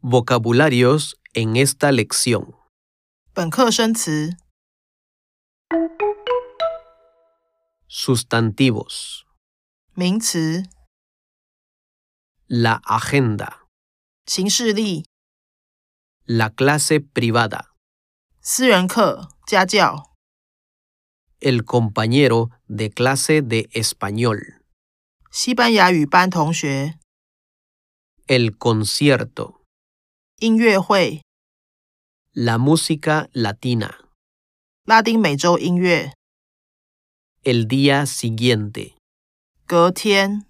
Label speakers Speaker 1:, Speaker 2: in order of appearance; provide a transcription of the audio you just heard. Speaker 1: Vocabularios en esta lección.
Speaker 2: 本课生词、
Speaker 1: Sustantivos.
Speaker 2: 名词、
Speaker 1: La agenda.
Speaker 2: 行事历、
Speaker 1: La clase privada.
Speaker 2: 私人课、家教、
Speaker 1: El compañero de clase de español.
Speaker 2: 西班牙语班同学、
Speaker 1: El concierto.
Speaker 2: 音乐会、
Speaker 1: La música latina.
Speaker 2: 拉丁美洲音乐、
Speaker 1: El día siguiente.
Speaker 2: 隔天、